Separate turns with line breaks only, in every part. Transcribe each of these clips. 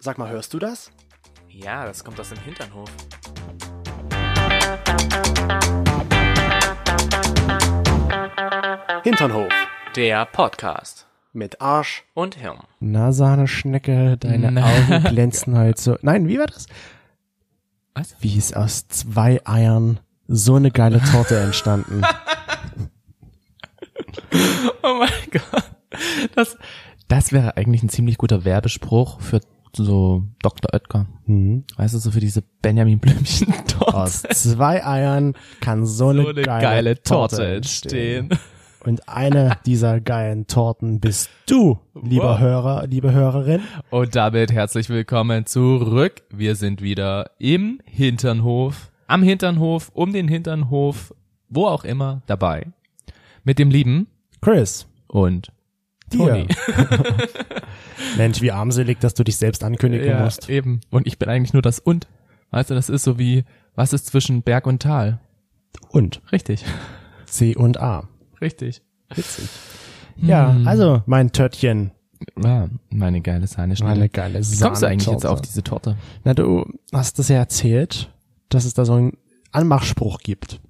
Sag mal, hörst du das?
Ja, das kommt aus dem Hinternhof.
Hinternhof
Der Podcast
mit Arsch.
und Hirn.
Na, Sahneschnecke, deine
Na.
Augen glänzen halt so. Nein, wie war das?
Was?
Wie ist aus zwei Eiern so eine geile Torte entstanden?
Oh mein Gott. Das, das wäre eigentlich ein ziemlich guter Werbespruch für so Dr. Oetker.
Hm?
Weißt du, so für diese Benjamin Blümchen
Aus
Torte.
zwei Eiern kann Oh, so eine, geile, Torte, entstehen. Und eine dieser geilen Torten bist du, lieber
Wow.
Hörer, liebe Hörerin.
Und damit herzlich willkommen zurück. Wir sind wieder im Hinternhof, am Hinternhof, um den Hinternhof, wo auch immer dabei. Mit dem Lieben
Chris,
und
dir.
Toni.
Mensch, wie armselig, dass du dich selbst ankündigen musst.
eben. Und ich bin eigentlich nur das und. Weißt du, das ist so wie, was ist zwischen Berg und Tal?
Und
Richtig,
C und A.
richtig.
Witzig. Ja, also, mein Törtchen.
Ah, meine geile Sahneschnecke.
Meine geile
Wie kommst du eigentlich
Sahnetorte.
jetzt auf diese Torte?
Na, du hast das ja erzählt, dass es da so einen Anmachspruch gibt.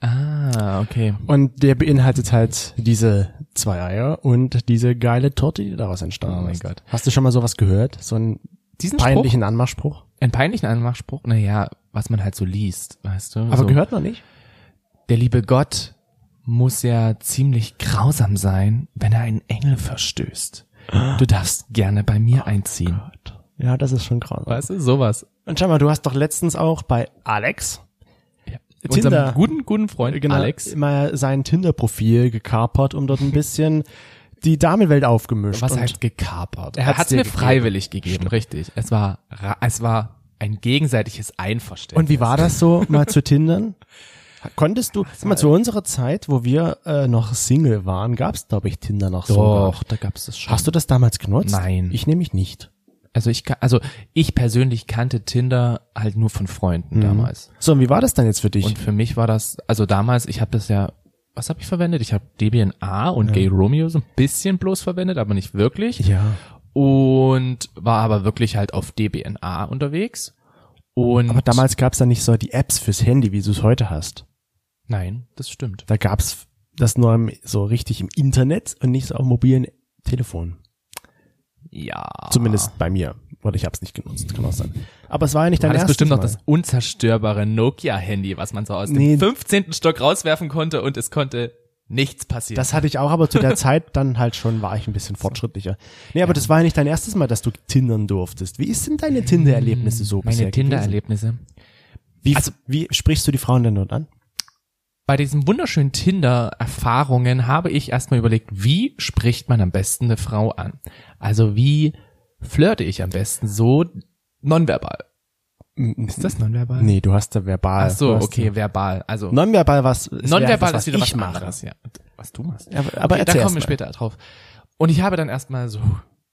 Ah, okay.
Und der beinhaltet halt diese zwei Eier und diese geile Torte, die daraus entstanden
Oh mein
ist.
Gott.
Hast du schon mal sowas gehört? So einen
Diesen
peinlichen Anmachspruch?
Spruch, einen peinlichen Anmachspruch, naja, was man halt so liest, weißt du.
Aber
so,
gehört noch nicht?
Der liebe Gott muss ja ziemlich grausam sein, wenn er einen Engel verstößt. Du darfst gerne bei mir einziehen.
Oh Ja, das ist schon grausam.
Weißt du, sowas.
Und schau mal, du hast doch letztens auch bei Alex, Tinder.
Unserem guten, guten Freund
genau,
Alex.
mal sein Tinder-Profil gekapert, um dort ein bisschen die Damenwelt aufgemischt.
Was
und
heißt gekapert?
Er
Er
hat's
hat es
dir
mir
gegeben.
freiwillig gegeben, richtig. Es war, ra- es war ein gegenseitiges Einverständnis.
Und wie war das so, mal zu Tindern? Konntest du, sag mal, zu unserer Zeit, wo wir äh, noch Single waren, gab's glaub glaube ich, Tinder noch so.
Doch, da gab's das schon.
Hast du das damals genutzt?
Nein.
Ich nämlich nicht.
Also ich, ka- also ich persönlich kannte Tinder halt nur von Freunden
Mhm.
damals.
So, und wie war das dann jetzt für dich?
Und für mich war das, also damals, ich habe das ja, was habe ich verwendet? Ich habe DBNA und Gay Romeo so ein bisschen bloß verwendet, aber nicht wirklich.
ja.
Und war aber wirklich halt auf DBNA unterwegs. Und
Aber damals gab's da nicht so die Apps fürs Handy, wie du es heute hast.
nein, das stimmt.
Da gab's das nur im, so richtig im Internet und nicht so auf mobilen Telefon.
Ja. Ah.
Zumindest bei mir. Oder ich hab's nicht genutzt, kann auch sein. Aber es war ja nicht dein
Dann ist
erstes
bestimmt
Mal.
noch das unzerstörbare Nokia-Handy, was man so aus
Nee.
dem 15. Stock rauswerfen konnte und es konnte nichts passieren.
Das hatte ich auch, aber zu der Zeit dann halt schon war ich ein bisschen fortschrittlicher. Nee, aber das war ja nicht dein erstes Mal, dass du tindern durftest. Wie ist denn deine Tinder-Erlebnisse so bisher
Hm, meine
gewesen?
Tinder-Erlebnisse.
Wie,
Also-
wie sprichst du die Frauen denn dort an?
bei diesen wunderschönen Tinder-Erfahrungen habe ich erstmal überlegt, wie spricht man am besten eine Frau an? Also wie flirte ich am besten so nonverbal? Ist das nonverbal?
Nee, du hast da verbal.
Ach so,
du hast
okay, verbal. Also
Da, nonverbal was ist
nonverbal
das,
ist wieder
ich
was
mache.
anderes, ja. Was du machst.
Ja, aber- aber
okay, da
erzähl
kommen wir
erst mal.
später drauf. Und ich habe dann erstmal so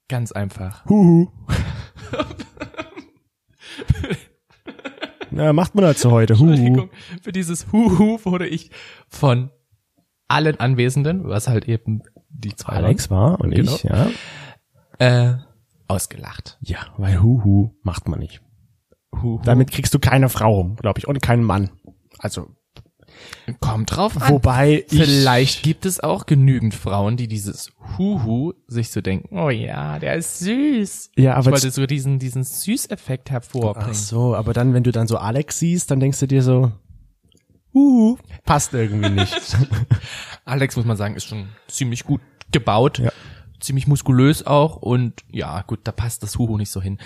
ganz einfach.
Huhu. Na, macht man halt so heute. Huhu.
Entschuldigung, für dieses Huhu wurde ich von allen Anwesenden, was halt eben die zwei waren,
Alex war und
Genau.
ich, ja.
äh, ausgelacht.
Ja, weil Huhu macht man nicht.
Huhu.
Damit kriegst du keine Frau rum, glaube ich, und keinen Mann. Also,
Kommt drauf an.
wobei ich
Vielleicht gibt es auch genügend Frauen, die dieses Huhu sich so denken, oh ja, der ist süß.
Ja, aber
ich wollte so diesen, diesen Süßeffekt hervorbringen.
Ach so, aber dann, wenn du dann so Alex siehst, dann denkst du dir so, uh, passt irgendwie nicht.
Alex, muss man sagen, ist schon ziemlich gut gebaut,
Ja.
ziemlich muskulös auch und ja, gut, da passt das Huhu nicht so hin.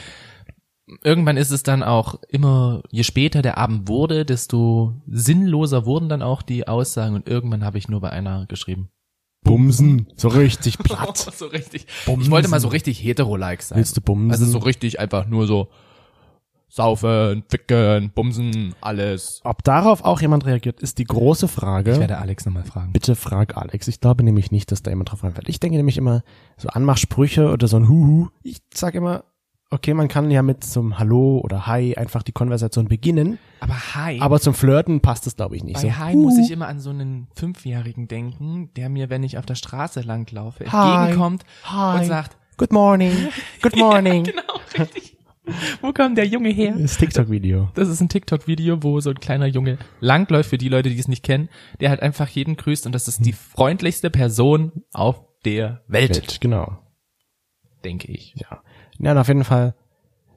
Irgendwann ist es dann auch immer, je später der Abend wurde, desto sinnloser wurden dann auch die Aussagen und irgendwann habe ich nur bei einer geschrieben.
Bumsen, so richtig
Oh,
platt.
so richtig. Ich
Bumsen.
wollte mal so richtig hetero-like sein.
Willst du bumsen?
Also so richtig einfach nur so saufen, ficken, bumsen, alles.
Ob darauf auch jemand reagiert, ist die große Frage.
Alex nochmal fragen.
Bitte frag Alex. Ich glaube nämlich nicht, dass da jemand drauf reinfällt. Ich denke nämlich immer, so Anmachsprüche oder so ein Huhu. Ich sag immer, okay, man kann ja mit so einem Hallo oder Hi einfach die Konversation beginnen,
Aber hi.
aber zum Flirten passt es, glaube ich, nicht.
bei
so,
hi muss ich immer an so einen Fünfjährigen denken, der mir, wenn ich auf der Straße langlaufe,
Hi.
entgegenkommt
Hi.
und sagt,
Good morning, good morning.
Genau, richtig. Wo kam der Junge her?
Das TikTok-Video.
Das ist ein TikTok-Video, wo so ein kleiner Junge langläuft für die Leute, die es nicht kennen, der halt einfach jeden grüßt und das ist die freundlichste Person auf der Welt,
Genau.
denke ich.
Ja. Ja, und auf jeden Fall.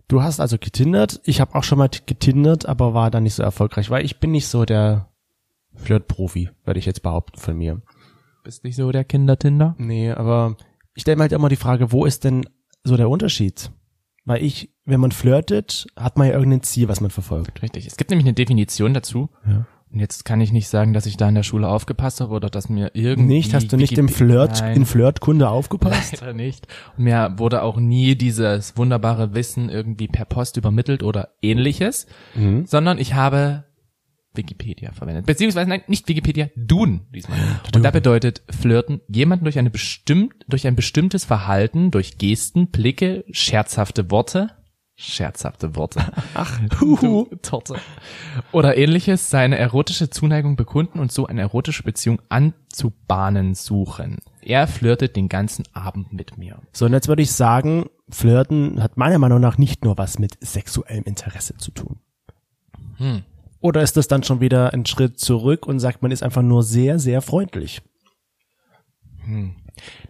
Du hast also getindert. Ich habe auch schon mal t- getindert, aber war da nicht so erfolgreich, weil ich bin nicht so der Flirt-Profi, würde ich jetzt behaupten von mir.
Bist nicht so der Kindertinder?
Nee, aber ich stelle mir halt immer die Frage, wo ist denn so der Unterschied? Weil ich, wenn man flirtet, hat man ja irgendein Ziel, was man verfolgt.
Richtig. Es gibt nämlich eine Definition dazu.
Ja.
Und jetzt kann ich nicht sagen, dass ich da in der Schule aufgepasst habe oder dass mir irgendwie
Nicht? Hast du nicht im
Wikip-
Flirt,
Nein.
in Flirtkunde aufgepasst?
Leider nicht. Und mir wurde auch nie dieses wunderbare Wissen irgendwie per Post übermittelt oder ähnliches,
Mhm.
sondern ich habe Wikipedia verwendet. Beziehungsweise, nein, nicht Wikipedia, Dun diesmal.
Dun.
Und da bedeutet flirten, jemanden durch, eine bestimmt, durch ein bestimmtes Verhalten, durch Gesten, Blicke, scherzhafte Worte, scherzhafte Worte,
Ach,
du Torte, oder ähnliches, seine erotische Zuneigung bekunden und so eine erotische Beziehung anzubahnen suchen. Er flirtet den ganzen Abend mit mir.
So, und jetzt würde ich sagen, Flirten hat meiner Meinung nach nicht nur was mit sexuellem Interesse zu tun.
Hm.
Oder ist das dann schon wieder ein Schritt zurück und sagt, man ist einfach nur sehr, sehr freundlich?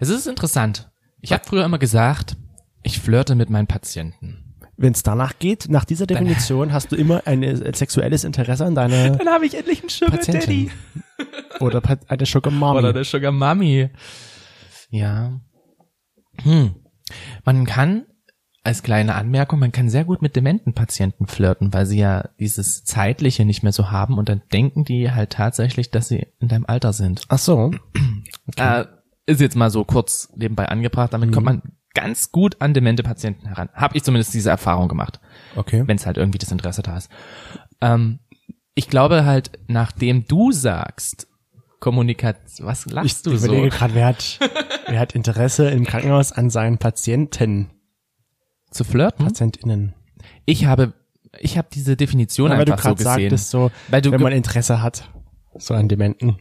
Das ist interessant. Ich habe früher immer gesagt, ich flirte mit meinen Patienten.
Wenn es danach geht, nach dieser Definition hast du immer ein äh, sexuelles Interesse an deiner
Dann habe ich endlich einen Sugar
Patientin. Oder Pat eine Sugar Mommy.
Oder der Sugar Mami. Ja. Hm. Man kann, als kleine Anmerkung, man kann sehr gut mit dementen Patienten flirten, weil sie ja dieses Zeitliche nicht mehr so haben und dann denken die halt tatsächlich, dass sie in deinem Alter sind.
Ach so.
Äh, ist jetzt mal so kurz nebenbei angebracht,
Mhm.
damit kommt man ganz gut an demente Patienten heran. Habe ich zumindest diese Erfahrung gemacht
Okay.
wenn es halt irgendwie das Interesse da ist. Ähm, ich glaube halt, nachdem du sagst, Kommunikation, was
Ich
lachst du so?
überlege gerade, wer hat, wer hat Interesse im Krankenhaus an seinen Patienten,
Zu
Hm?
flirten?
PatientInnen?
Ich habe, ich habe diese Definition
Weil du
einfach so
gerade
gesehen.
sagtest, so,
Weil du
wenn
ge-
man Interesse hat, so an Dementen.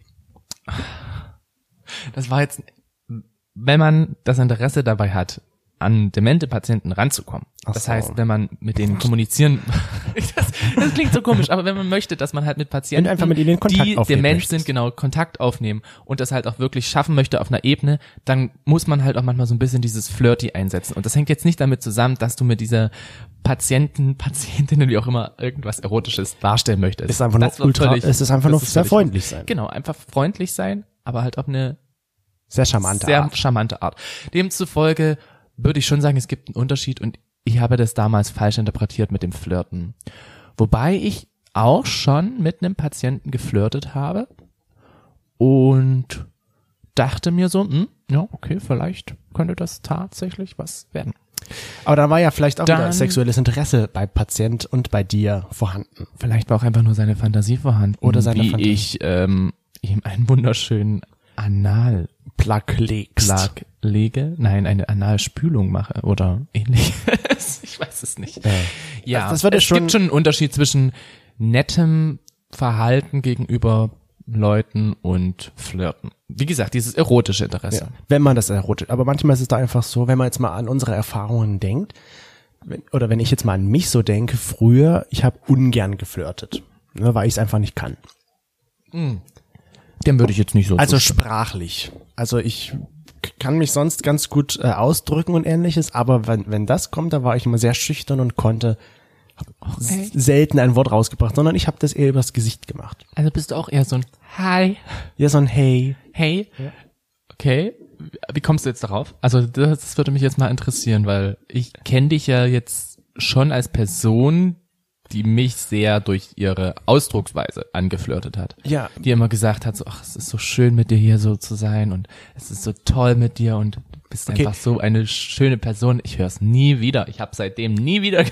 das war jetzt, wenn man das Interesse dabei hat, an demente Patienten ranzukommen.
Ach
das
so.
heißt, wenn man mit denen kommunizieren, das, das klingt so komisch, aber wenn man möchte, dass man halt mit Patienten,
einfach mit ihnen Kontakt
die
aufnehmen
dement
möchtest.
sind, genau, Kontakt aufnehmen und das halt auch wirklich schaffen möchte auf einer Ebene, dann muss man halt auch manchmal so ein bisschen dieses Flirty einsetzen. Und das hängt jetzt nicht damit zusammen, dass du mit dieser Patienten, Patientinnen, wie auch immer, irgendwas Erotisches darstellen möchtest.
Ist einfach
Das
nur
war
ultra,
völlig-
es ist einfach nur
das ist
sehr
völlig-
freundlich sein.
Genau, einfach freundlich sein, aber halt auf eine
Sehr charmante
sehr
Art.
charmante Art. Demzufolge würde ich schon sagen, es gibt einen Unterschied und ich habe das damals falsch interpretiert mit dem Flirten. Wobei ich auch schon mit einem Patienten geflirtet habe und dachte mir so, hm, ja, okay, vielleicht könnte das tatsächlich was werden.
Aber da war ja vielleicht auch wieder
Dann-
sexuelles Interesse bei Patient und bei dir vorhanden.
Vielleicht war auch einfach nur seine Fantasie vorhanden.
Oder seine
wie
Fantasie.
ich ähm, ihm einen wunderschönen Anal
Plug legst.
Plag lege, nein, eine Analspülung mache oder ähnliches. Ich weiß es nicht.
Ja.
Ja,
Das- das wird ja
es
schon-
gibt schon einen Unterschied zwischen nettem Verhalten gegenüber Leuten und Flirten. Wie gesagt, dieses erotische Interesse.
Ja, wenn man das erotisch. Aber manchmal ist es da einfach so, wenn man jetzt mal an unsere Erfahrungen denkt, wenn, oder wenn ich jetzt mal an mich so denke, früher, ich habe ungern geflirtet, ne, weil ich es einfach nicht kann.
Dem würde ich jetzt nicht so
Also
zustimmen.
sprachlich. Also ich k- kann mich sonst ganz gut äh, ausdrücken und ähnliches, aber wenn, wenn das kommt, da war ich immer sehr schüchtern und konnte s-
echt?
selten ein Wort rausgebracht, sondern ich habe das eher übers Gesicht gemacht.
also bist du auch eher so ein Hi,
Ja, so ein Hey.
hey. Okay, wie kommst du jetzt darauf? Also das würde mich jetzt mal interessieren, weil ich kenne dich ja jetzt schon als Person, die mich sehr durch ihre Ausdrucksweise angeflirtet hat.
Ja,
die immer gesagt hat, so, ach, es ist so schön mit dir hier so zu sein und es ist so toll mit dir und du bist
Okay.
einfach so eine schöne Person. Ich höre es nie wieder. Ich habe seitdem nie wieder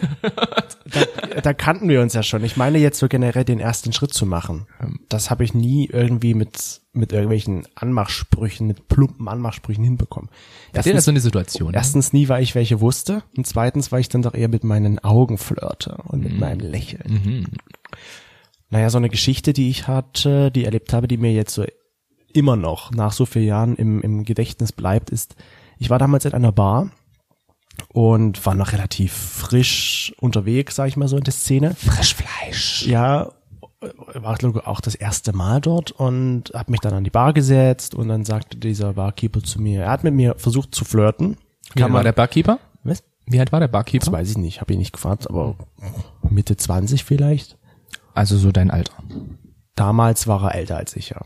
da kannten wir uns ja schon. Ich meine jetzt so generell den ersten Schritt zu machen. Das habe ich nie irgendwie mit, mit irgendwelchen Anmachsprüchen, mit plumpen Anmachsprüchen hinbekommen.
Erstens, das
Erstens,
so eine Situation. ne?
erstens nie, weil ich welche wusste. Und zweitens, weil ich dann doch eher mit meinen Augen flirte und mit meinem Lächeln. Naja, so eine Geschichte, die ich hatte, die erlebt habe, die mir jetzt so immer noch nach so vielen Jahren im, im Gedächtnis bleibt, ist, ich war damals in einer Bar und war noch relativ frisch unterwegs, sag ich mal so, in der Szene.
Frischfleisch.
Ja, war glaub ich, auch das erste Mal dort und habe mich dann an die Bar gesetzt und dann sagte dieser Barkeeper zu mir, er hat mit mir versucht zu flirten.
Wie alt war der Barkeeper?
Was?
Wie alt war der
Das
Barkeeper?
weiß ich nicht, habe ihn nicht gefragt, aber Mitte 20 vielleicht.
Also so dein Alter.
Damals war er älter als ich, ja.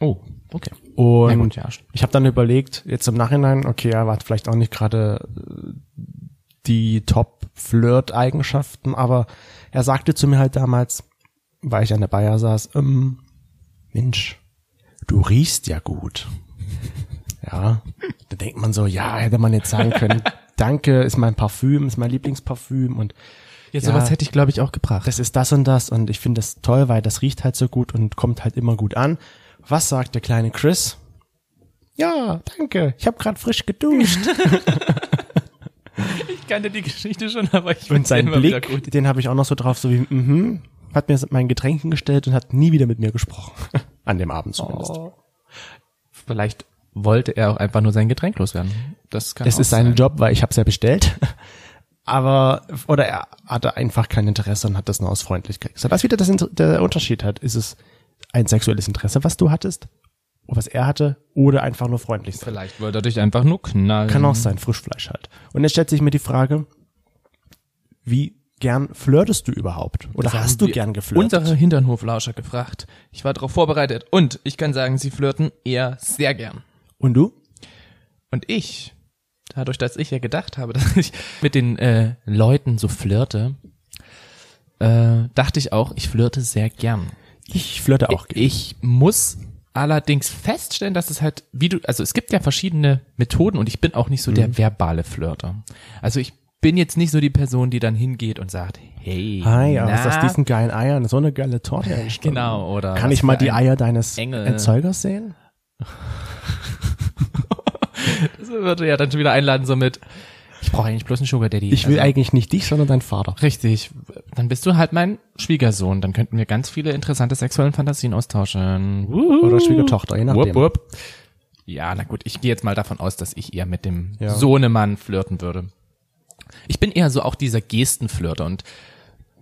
Oh, okay. Na
Und
gut, ja, stimmt.
ich habe dann überlegt, jetzt im Nachhinein, okay, er hat vielleicht auch nicht gerade äh, die Top-Flirt-Eigenschaften, aber er sagte zu mir halt damals, weil ich an der Bayer saß, ähm, Mensch, du riechst ja gut. Ja, da denkt man so, ja, hätte man jetzt sagen können, danke, ist mein Parfüm, ist mein Lieblingsparfüm und
Jetzt
Ja.
sowas hätte ich, glaube ich, auch gebracht.
das ist das und das und ich finde das toll, weil das riecht halt so gut und kommt halt immer gut an. Was sagt der kleine Chris? Ja, danke. Ich habe gerade frisch geduscht.
ich kannte die Geschichte schon, aber ich
Und sein Blick, den habe ich auch noch so drauf, so wie mhm, hat mir mein Getränken gestellt und hat nie wieder mit mir gesprochen. An dem Abend zumindest.
Oh, Vielleicht wollte er auch einfach nur sein Getränk loswerden. Das kann
Das
auch
ist sein
sein.
Job, weil ich habe es ja bestellt. Aber, oder er hatte einfach kein Interesse und hat das nur aus Freundlichkeit gesagt. Was wieder das, Inter- der Unterschied hat, ist es ein sexuelles Interesse, was du hattest, was er hatte, oder einfach nur freundlich sein.
Vielleicht wollte er dich einfach nur knallen.
Kann auch sein, Frischfleisch halt. Und jetzt stellt sich mir die Frage, wie gern flirtest du überhaupt? Oder
Das
hast
haben
du
wir
gern geflirtet?
Unsere Hinternhoflauscher gefragt. Ich war darauf vorbereitet und ich kann sagen, sie flirten eher sehr gern.
Und du?
Und ich, dadurch, dass ich ja gedacht habe, dass ich mit den äh, Leuten so flirte, äh, dachte ich auch, ich flirte sehr gern.
Ich flirte auch gern.
Ich muss allerdings feststellen, dass es halt, wie du, also es gibt ja verschiedene Methoden und ich bin auch nicht so der
Mhm.
verbale Flirter. Also ich bin jetzt nicht so die Person, die dann hingeht und sagt, hey,
Ah ja, was ist
na,
aus diesen geilen Eiern so eine geile Torte entstanden?
Genau, oder
Kann
was
ich mal
für
die
ein
Eier deines
Engel.
Entzeugers sehen?
das würde ja dann schon wieder einladen so mit, ich brauche eigentlich bloß einen Sugar Daddy.
Ich will
also,
eigentlich nicht dich, sondern deinen Vater.
Richtig, dann bist du halt mein Schwiegersohn, dann könnten wir ganz viele interessante sexuelle Fantasien austauschen. Wuhu.
Oder Schwiegertochter, je nachdem.
Wupp, wupp. Ja, na gut, ich gehe jetzt mal davon aus, dass ich eher mit dem
Ja.
Sohnemann flirten würde. Ich bin eher so auch dieser Gestenflirter und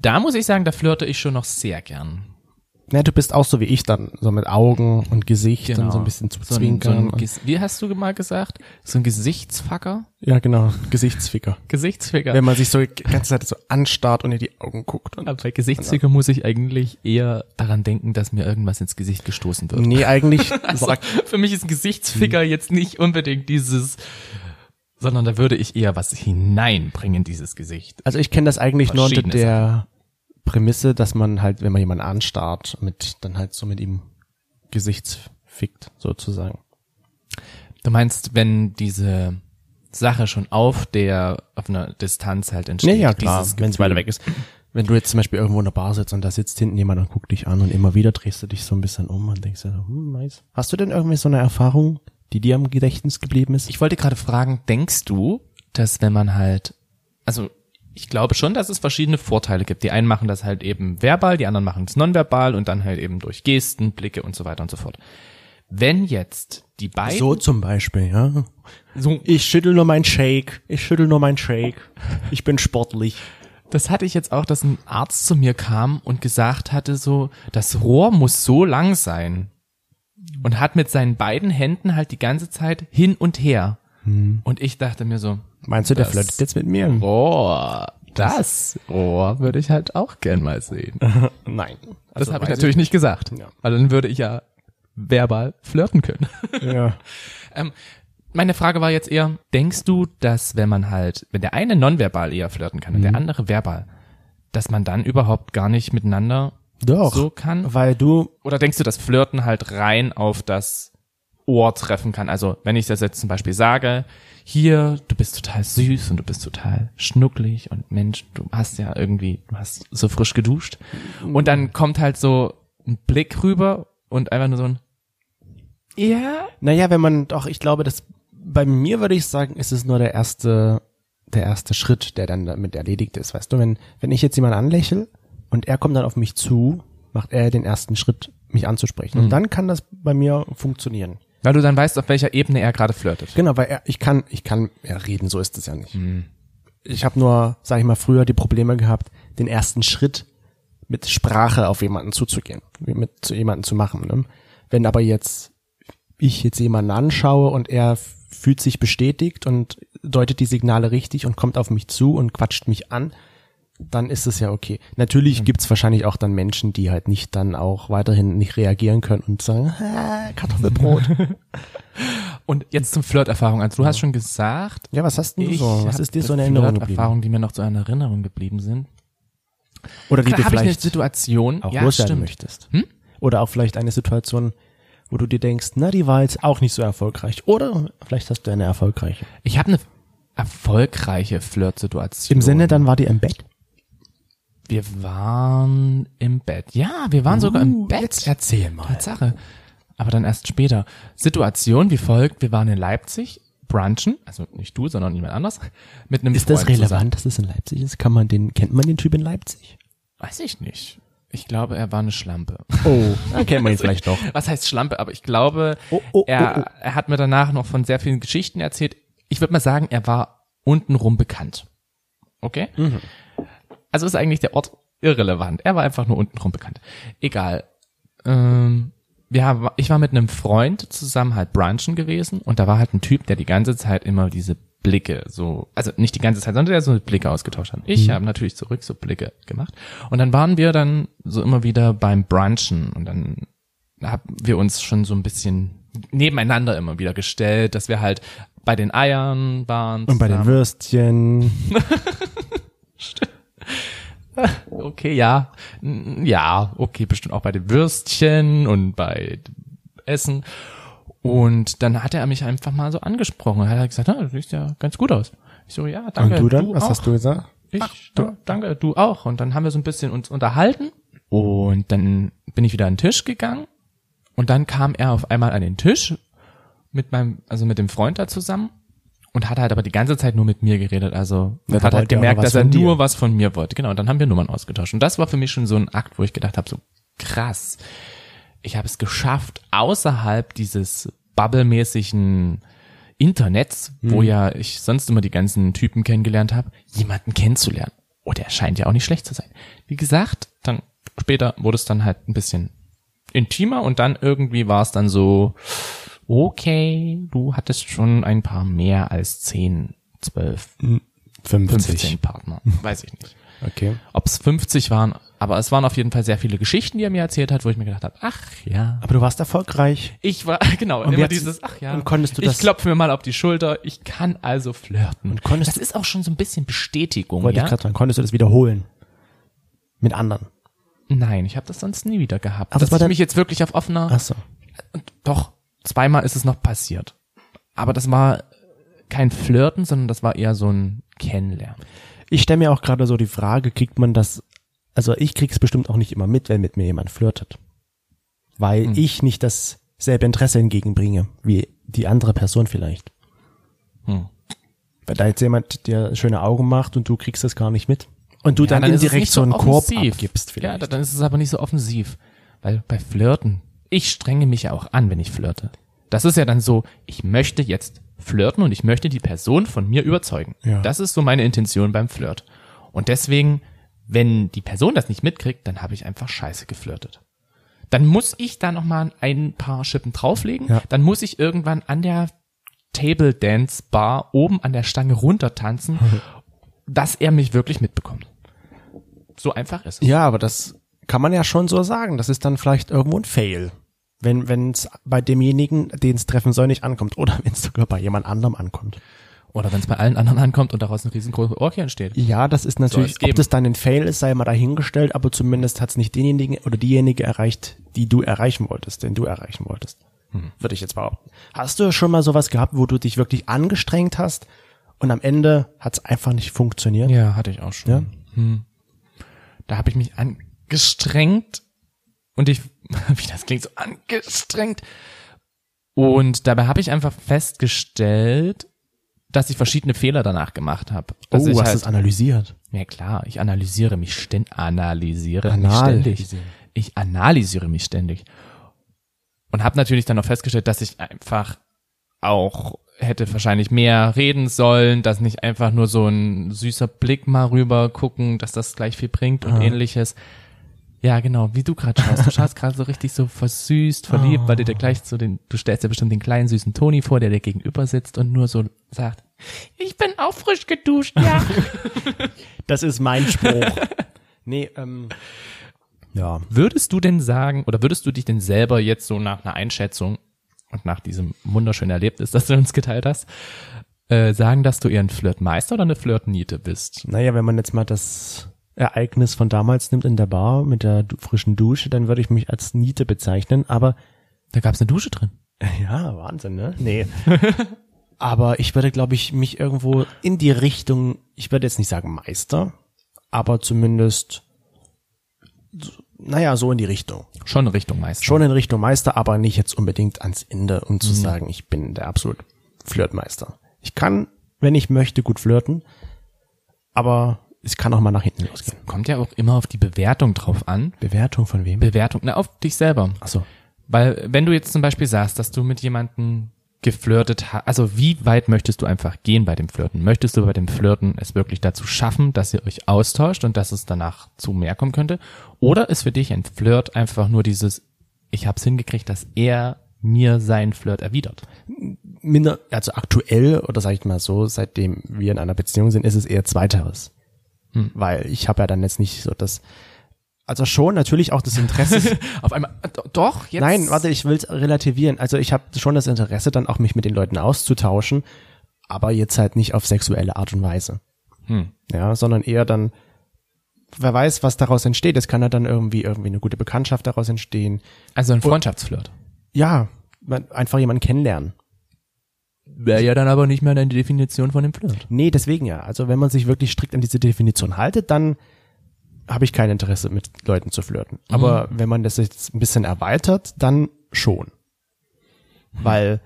da muss ich sagen, da flirte ich schon noch sehr gern.
Na, du bist auch so wie ich dann, so mit Augen und Gesicht und so ein bisschen zu
Genau. so ein, so
zwinkern.
ein,
und-
Ges- Wie hast du mal gesagt? So ein Gesichtsfacker?
ja, genau, Gesichtsficker.
Gesichtsficker.
Wenn man sich so die ganze Zeit so anstarrt und in die Augen guckt. Und
Aber bei Gesichtsficker muss ich eigentlich eher daran denken, dass mir irgendwas ins Gesicht gestoßen wird.
nee, Hm. eigentlich
Also,
sagt
für mich ist ein Gesichtsficker jetzt nicht unbedingt dieses, sondern da würde ich eher was hineinbringen in dieses Gesicht.
Also ich kenne das eigentlich nur unter
Verschiedene
der Prämisse, dass man halt, wenn man jemanden anstarrt, mit dann halt so mit ihm gesichtsfickt, sozusagen.
Du meinst, wenn diese Sache schon auf der, auf einer Distanz halt entsteht.
Ja, ja, klar,
dieses
wenn es
Gefühl.
weiter weg ist. Wenn du jetzt zum Beispiel irgendwo in der Bar sitzt und da sitzt hinten jemand und guckt dich an und immer wieder drehst du dich so ein bisschen um und denkst dir, so, hm, nice. Hast du denn irgendwie so eine Erfahrung, die dir am Gedächtnis geblieben ist?
Ich wollte gerade fragen, denkst du, dass wenn man halt, also ich glaube schon, dass es verschiedene Vorteile gibt. Die einen machen das halt eben verbal, die anderen machen es nonverbal und dann halt eben durch Gesten, Blicke und so weiter und so fort. Wenn jetzt die beiden
so zum Beispiel, ja.
so
Ich schüttel nur mein Shake. Ich schüttel nur mein Shake. Ich bin sportlich.
Das hatte ich jetzt auch, dass ein Arzt zu mir kam und gesagt hatte so, das Rohr muss so lang sein. Und hat mit seinen beiden Händen halt die ganze Zeit hin und her.
Hm.
Und ich dachte mir so,
Meinst du, der
Das-
flirtet jetzt mit mir?
Rohr, das Rohr würde ich halt auch gern mal sehen.
Nein.
Das
Also
habe ich
weiß
natürlich nicht gesagt.
Ja.
Weil dann würde ich ja verbal flirten können.
Ja.
Ähm, meine Frage war jetzt eher, denkst du, dass wenn man halt, wenn der eine nonverbal eher flirten kann und
Hm.
der andere verbal, dass man dann überhaupt gar nicht miteinander
Doch.
so kann?
Weil du
Oder denkst du, dass Flirten halt rein auf das Ohr treffen kann? Also wenn ich das jetzt zum Beispiel sage, hier, du bist total süß und du bist total schnucklig und Mensch, du hast ja irgendwie, du hast so frisch geduscht. Und dann kommt halt so ein Blick rüber und einfach nur so ein, ja,
Naja, wenn man doch, ich glaube, das bei mir würde ich sagen, ist es nur der erste, der erste Schritt, der dann damit erledigt ist. Weißt du, wenn, wenn ich jetzt jemanden anlächle und er kommt dann auf mich zu, macht er den ersten Schritt, mich anzusprechen. Und dann kann das bei mir funktionieren.
Weil du dann weißt, auf welcher Ebene er gerade flirtet.
Genau, weil er, ich kann, ich kann ja reden, so ist es ja nicht. ich habe nur, sag ich mal, früher die Probleme gehabt, den ersten Schritt mit Sprache auf jemanden zuzugehen, mit zu jemanden zu machen. Ne? Wenn aber jetzt ich jetzt jemanden anschaue und er f- fühlt sich bestätigt und deutet die Signale richtig und kommt auf mich zu und quatscht mich an, dann ist es ja okay. Natürlich gibt's wahrscheinlich auch dann Menschen, die halt nicht dann auch weiterhin nicht reagieren können und sagen, "Ah, Kartoffelbrot.
Und jetzt zum Flirterfahrung. Also du hast schon gesagt,
ja, was hast denn du
ich
so? Was
hab
ist dir so eine Erinnerung geblieben?
Flirterfahrung, die mir noch zu einer Erinnerung geblieben sind.
Oder die
Da
du
habe ich eine
vielleicht
Situation.
auch
ja,
loswerden
stimmt.
möchtest. Oder auch vielleicht eine Situation, wo du dir denkst, na, die war jetzt auch nicht so erfolgreich. Oder vielleicht hast du eine erfolgreiche.
Ich habe eine erfolgreiche Flirtsituation.
Im Sinne, dann war die im Bett.
Wir waren im Bett. Ja, wir waren sogar im Bett.
Uh, erzähl mal.
Tatsache. Aber dann erst später. Situation wie folgt. Wir waren in Leipzig, brunchen, also nicht du, sondern jemand anders, mit einem
Ist das
Freund
relevant,
zusammen.
dass das in Leipzig ist? Kann man den, kennt man den Typ in Leipzig?
Weiß ich nicht. Ich glaube, er war eine Schlampe.
Oh, dann kennt man ihn vielleicht doch.
Was heißt Schlampe? Aber ich glaube,
Oh, oh,
er,
oh,
er hat mir danach noch von sehr vielen Geschichten erzählt. Ich würde mal sagen, er war untenrum bekannt. Okay?
Mhm.
Also ist eigentlich der Ort irrelevant. Er war einfach nur untenrum bekannt. Egal. Ähm, wir haben, ich war mit einem Freund zusammen halt brunchen gewesen und da war halt ein Typ, der die ganze Zeit immer diese Blicke so, also nicht die ganze Zeit, sondern der so Blicke ausgetauscht hat.
Mhm.
Ich habe natürlich zurück so Blicke gemacht und dann waren wir dann so immer wieder beim Brunchen und dann haben wir uns schon so ein bisschen nebeneinander immer wieder gestellt, dass wir halt bei den Eiern waren.
Und bei den
zusammen.
Würstchen.
Okay, ja. Mm, Ja, okay, bestimmt auch bei den Würstchen und bei Essen. Und dann hat er mich einfach mal so angesprochen. Er hat halt gesagt, ah, du siehst ja ganz gut aus. Ich so, ja, danke.
Und du dann? Was
auch.
hast du gesagt?
Ich, du, danke, du auch. Und dann haben wir so ein bisschen uns unterhalten. Und dann bin ich wieder an den Tisch gegangen. Und dann kam er auf einmal an den Tisch mit meinem, also mit dem Freund da zusammen und hat halt aber die ganze Zeit nur mit mir geredet. Also
Ja, da
hat halt
wollte er auch
gemerkt,
was
dass er
von dir.
nur was von mir wollte. Genau, und dann haben wir Nummern ausgetauscht. Und das war für mich schon so ein Akt, wo ich gedacht habe, so krass, ich habe es geschafft, außerhalb dieses bubblemäßigen Internets,
Hm.
wo ja ich sonst immer die ganzen Typen kennengelernt habe, jemanden kennenzulernen. Und er scheint ja auch nicht schlecht zu sein. Wie gesagt, dann später wurde es dann halt ein bisschen intimer und dann irgendwie war es dann so, okay, du hattest schon ein paar mehr als 10, 12, 15 Partner.
Hm.
Weiß ich nicht.
Okay.
Ob es 50 waren, aber es waren auf jeden Fall sehr viele Geschichten, die er mir erzählt hat, wo ich mir gedacht habe, ach ja.
Aber du warst erfolgreich.
Ich war, genau,
Und
immer
jetzt-
dieses, ach ja.
und konntest du
ich
das-
klopfe mir mal auf die Schulter, ich kann also flirten. Und
konntest
das ist auch schon so ein bisschen Bestätigung,
Wollte
ja?
ich gerade sagen. Konntest du das wiederholen? Mit anderen.
Nein, ich habe das sonst nie wieder gehabt.
Aber
Aber
es war
dass ich
dann-
mich jetzt wirklich auf offener
Ach so.
doch, zweimal ist es noch passiert. Aber das war kein Flirten, sondern das war eher so ein Kennenlernen.
Ich stelle mir auch gerade so die Frage, kriegt man das, also ich krieg's bestimmt auch nicht immer mit, wenn mit mir jemand flirtet.
Hm.
Weil ich nicht dasselbe Interesse entgegenbringe, wie die andere Person vielleicht.
Hm.
Weil da jetzt jemand dir schöne Augen macht und du kriegst das gar nicht mit. Und du
Ja,
dann,
ist es
indirekt
nicht
so einen Korb
offensiv.
abgibst vielleicht.
Ja, dann ist es aber nicht so offensiv. Weil bei Flirten, ich strenge mich ja auch an, wenn ich flirte. Das ist ja dann so, ich möchte jetzt flirten und ich möchte die Person von mir überzeugen.
Ja.
Das ist so meine Intention beim Flirt. Und deswegen, wenn die Person das nicht mitkriegt, dann habe ich einfach scheiße geflirtet. Dann muss ich da nochmal ein paar Schippen drauflegen.
Ja.
Dann muss ich irgendwann an der Table Dance Bar oben an der Stange runtertanzen, dass er mich wirklich mitbekommt. So einfach ist es.
Ja, aber das kann man ja schon so sagen. Das ist dann vielleicht irgendwo ein Fail. Wenn wenn's bei demjenigen, den es treffen soll, nicht ankommt. Oder wenn es sogar bei jemand anderem ankommt.
Oder wenn es bei allen anderen ankommt und daraus eine riesengroße Orgie entsteht.
Ja, das ist
Soll es
natürlich,
geben.
ob das dann ein Fail ist, sei mal dahingestellt, aber zumindest hat's nicht denjenigen oder diejenige erreicht, die du erreichen wolltest, den du erreichen wolltest. Würde ich jetzt behaupten. Hast du schon mal sowas gehabt, wo du dich wirklich angestrengt hast und am Ende hat's einfach nicht funktioniert?
Ja, hatte ich auch schon.
Ja?
Hm. Da habe ich mich angestrengt und ich, wie das klingt, so angestrengt. Und dabei habe ich einfach festgestellt, dass ich verschiedene Fehler danach gemacht habe. Dass
oh,
ich halt
hast du es analysiert?
Ja klar, ich analysiere mich ständ analysiere
Anal-
mich ständig. Ich analysiere mich ständig. Und habe natürlich dann auch festgestellt, dass ich einfach auch hätte wahrscheinlich mehr reden sollen, dass nicht einfach nur so ein süßer Blick mal rüber gucken, dass das gleich viel bringt und ähnliches. Ja, genau, wie du gerade schaust. Du schaust gerade so richtig so versüßt, verliebt, weil du dir gleich so den, du stellst dir bestimmt den kleinen süßen Toni vor, der dir gegenüber sitzt und nur so sagt, ich bin auch frisch geduscht, ja.
Das ist mein Spruch. nee, ähm, ja.
Würdest du denn sagen, oder würdest du dich denn selber jetzt so nach einer Einschätzung und nach diesem wunderschönen Erlebnis, das du uns geteilt hast, äh, sagen, dass du eher ein Flirtmeister oder eine Flirtniete bist?
Naja, wenn man jetzt mal das Ereignis von damals nimmt in der Bar mit der du frischen Dusche, dann würde ich mich als Niete bezeichnen, aber
Da gab's eine Dusche drin.
ja, Wahnsinn, ne? Nee. aber ich würde, glaube ich, mich irgendwo in die Richtung, ich würde jetzt nicht sagen Meister, aber zumindest, so- naja, so in die Richtung.
Schon Richtung Meister.
Schon in Richtung Meister, aber nicht jetzt unbedingt ans Ende, um zu sagen, ich bin der absolute Flirtmeister. Ich kann, wenn ich möchte, gut flirten, aber es kann auch mal nach hinten losgehen.
Kommt ja auch immer auf die Bewertung drauf an.
Bewertung von wem?
Bewertung, na, auf dich selber.
Achso.
Weil, wenn du jetzt zum Beispiel sagst, dass du mit jemandem geflirtet hast, also wie weit möchtest du einfach gehen bei dem Flirten? Möchtest du bei dem Flirten es wirklich dazu schaffen, dass ihr euch austauscht und dass es danach zu mehr kommen könnte? Oder ist für dich ein Flirt einfach nur dieses, ich hab's hingekriegt, dass er mir seinen Flirt erwidert?
minder, also aktuell oder sage ich mal so, seitdem wir in einer Beziehung sind, ist es eher zweiteres. Weil ich habe ja dann jetzt nicht so das, also schon natürlich auch das Interesse.
Auf einmal, äh, doch, jetzt.
Nein, warte, ich will's relativieren. Also ich habe schon das Interesse, dann auch mich mit den Leuten auszutauschen, aber jetzt halt nicht auf sexuelle Art und Weise.
Hm.
Ja, sondern eher dann, wer weiß, was daraus entsteht. Es kann ja dann irgendwie irgendwie eine gute Bekanntschaft daraus entstehen.
Also ein Freundschaftsflirt.
Ja, man, einfach jemanden kennenlernen.
Wäre ja dann aber nicht mehr deine Definition von dem Flirt.
Nee, deswegen ja. Also wenn man sich wirklich strikt an diese Definition haltet, dann habe ich kein Interesse, mit Leuten zu flirten. Aber wenn man das jetzt ein bisschen erweitert, dann schon. Weil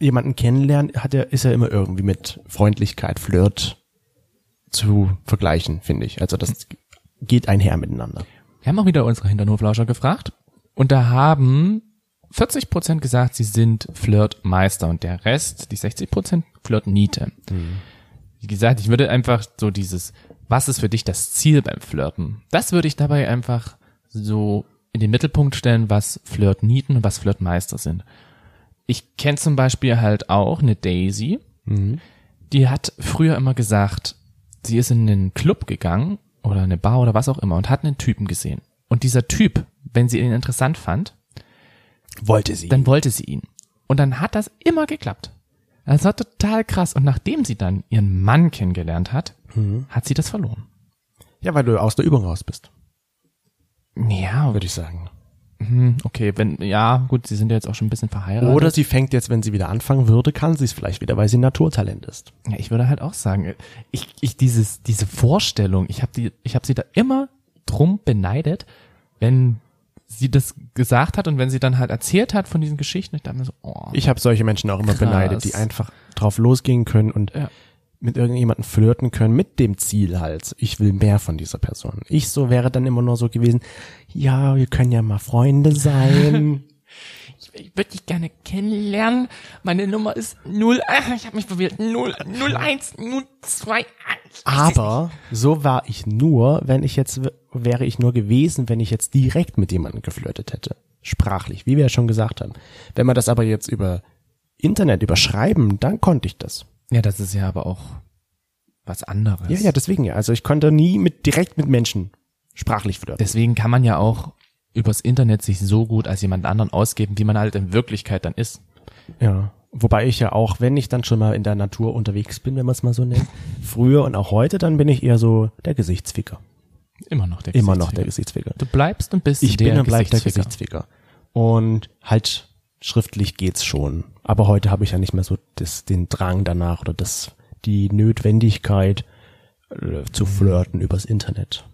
jemanden kennenlernen hat ja, ist ja immer irgendwie mit Freundlichkeit, Flirt zu vergleichen, finde ich. Also das geht einher miteinander.
Wir haben auch wieder unsere Hinternhoflauscher gefragt und da haben 40 Prozent gesagt, sie sind Flirtmeister und der Rest, die 60 Prozent, Flirtniete. Wie gesagt, ich würde einfach so dieses, was ist für dich das Ziel beim Flirten? Das würde ich dabei einfach so in den Mittelpunkt stellen, was Flirtnieten und was Flirtmeister sind. Ich kenne zum Beispiel halt auch eine Daisy, die hat früher immer gesagt, sie ist in einen Club gegangen oder eine Bar oder was auch immer und hat einen Typen gesehen. Und dieser Typ, wenn sie ihn interessant fand,
Wollte sie.
dann wollte sie ihn. Und dann hat das immer geklappt. Das war total krass. Und nachdem sie dann ihren Mann kennengelernt hat, hat sie das verloren.
ja, weil du aus der Übung raus bist,
Ja,
würde ich sagen.
hm, okay, wenn, ja, gut, sie sind ja jetzt auch schon ein bisschen verheiratet.
Oder sie fängt jetzt, wenn sie wieder anfangen würde, kann sie es vielleicht wieder, weil sie ein Naturtalent ist.
Ja, ich würde halt auch sagen, ich, ich dieses, diese Vorstellung, ich habe die, ich habe sie da immer drum beneidet, wenn sie das gesagt hat und wenn sie dann halt erzählt hat von diesen Geschichten, ich dachte mir so, oh,
Ich habe solche Menschen auch immer
Krass.
beneidet, die einfach drauf losgehen können und
Ja.
mit irgendjemandem flirten können, mit dem Ziel halt, ich will mehr von dieser Person. Ich so wäre dann immer nur so gewesen, ja, wir können ja mal Freunde sein.
ich, ich würde dich gerne kennenlernen. Meine Nummer ist 0, ah, ich habe mich verwirrt, 0, 01, 02.
Aber so war ich nur, wenn ich jetzt, w- wäre ich nur gewesen, wenn ich jetzt direkt mit jemandem geflirtet hätte. Sprachlich, wie wir ja schon gesagt haben. Wenn man das aber jetzt über Internet überschreiben, dann konnte ich das.
Ja, das ist ja aber auch was anderes.
Ja, ja, deswegen ja. Also ich konnte nie mit, direkt mit Menschen sprachlich flirten.
Deswegen kann man ja auch übers Internet sich so gut als jemand anderen ausgeben, wie man halt in Wirklichkeit dann ist.
Ja. Wobei ich ja auch, wenn ich dann schon mal in der Natur unterwegs bin, wenn man es mal so nennt, früher und auch heute, dann bin ich eher so der Gesichtsficker.
Immer noch der
Immer noch der Gesichtsficker.
Du bleibst und bist
Ich
der
bin und bleib der
Gesichtsficker.
Gesichtsficker. Und halt schriftlich geht's schon. Aber heute habe ich ja nicht mehr so das, den Drang danach oder das, die Notwendigkeit äh, zu flirten übers Internet.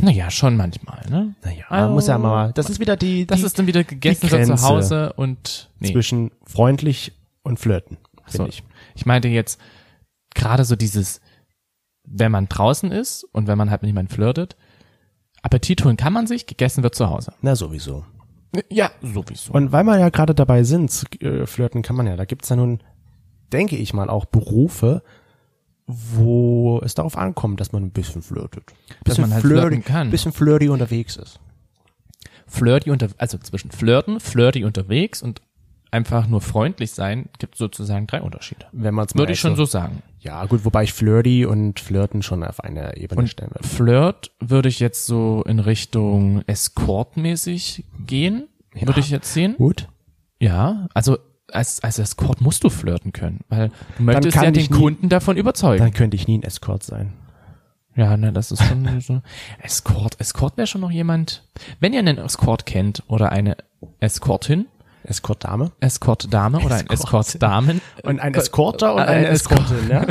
Naja, schon manchmal, ne?
Naja, man muss ja mal, das ist wieder die,
Das
die
ist dann wieder gegessen so zu
Grenze
Hause und nee,
zwischen freundlich und flirten,
so.
finde ich.
ich. ich meinte jetzt gerade so dieses, wenn man draußen ist und wenn man halt mit jemandem flirtet, Appetit holen kann man sich, gegessen wird zu Hause.
Na sowieso.
Ja, sowieso.
Und weil wir ja gerade dabei sind, äh, flirten kann man ja. Da gibt's ja nun, denke ich mal, auch Berufe, wo es darauf ankommt, dass man ein bisschen flirtet. Bisschen
man halt
flirty,
flirten kann.
Bisschen flirty unterwegs ist.
flirty unter, also zwischen flirten, flirty unterwegs und einfach nur freundlich sein, gibt sozusagen drei Unterschiede.
Wenn man es
Würde ich schon so sagen.
Ja, gut, wobei ich flirty und flirten schon auf einer Ebene stellen würde.
Flirt würde ich jetzt so in Richtung Escort-mäßig gehen, würde ich jetzt sehen.
Gut.
Ja, also als, als Escort musst du flirten können, weil du möchtest
kann
ja den
ich nie-
Kunden davon überzeugen.
Dann könnte ich nie ein Escort sein.
Ja, ne, das ist schon so. Escort, Escort wäre schon noch jemand. Wenn ihr einen Escort kennt oder eine Escortin,
Escort-Dame?
Escort-Dame oder ein Escort-Damen,
Und ein Escorter und
Äh,
eine
ein Escort-
Escortin, ja?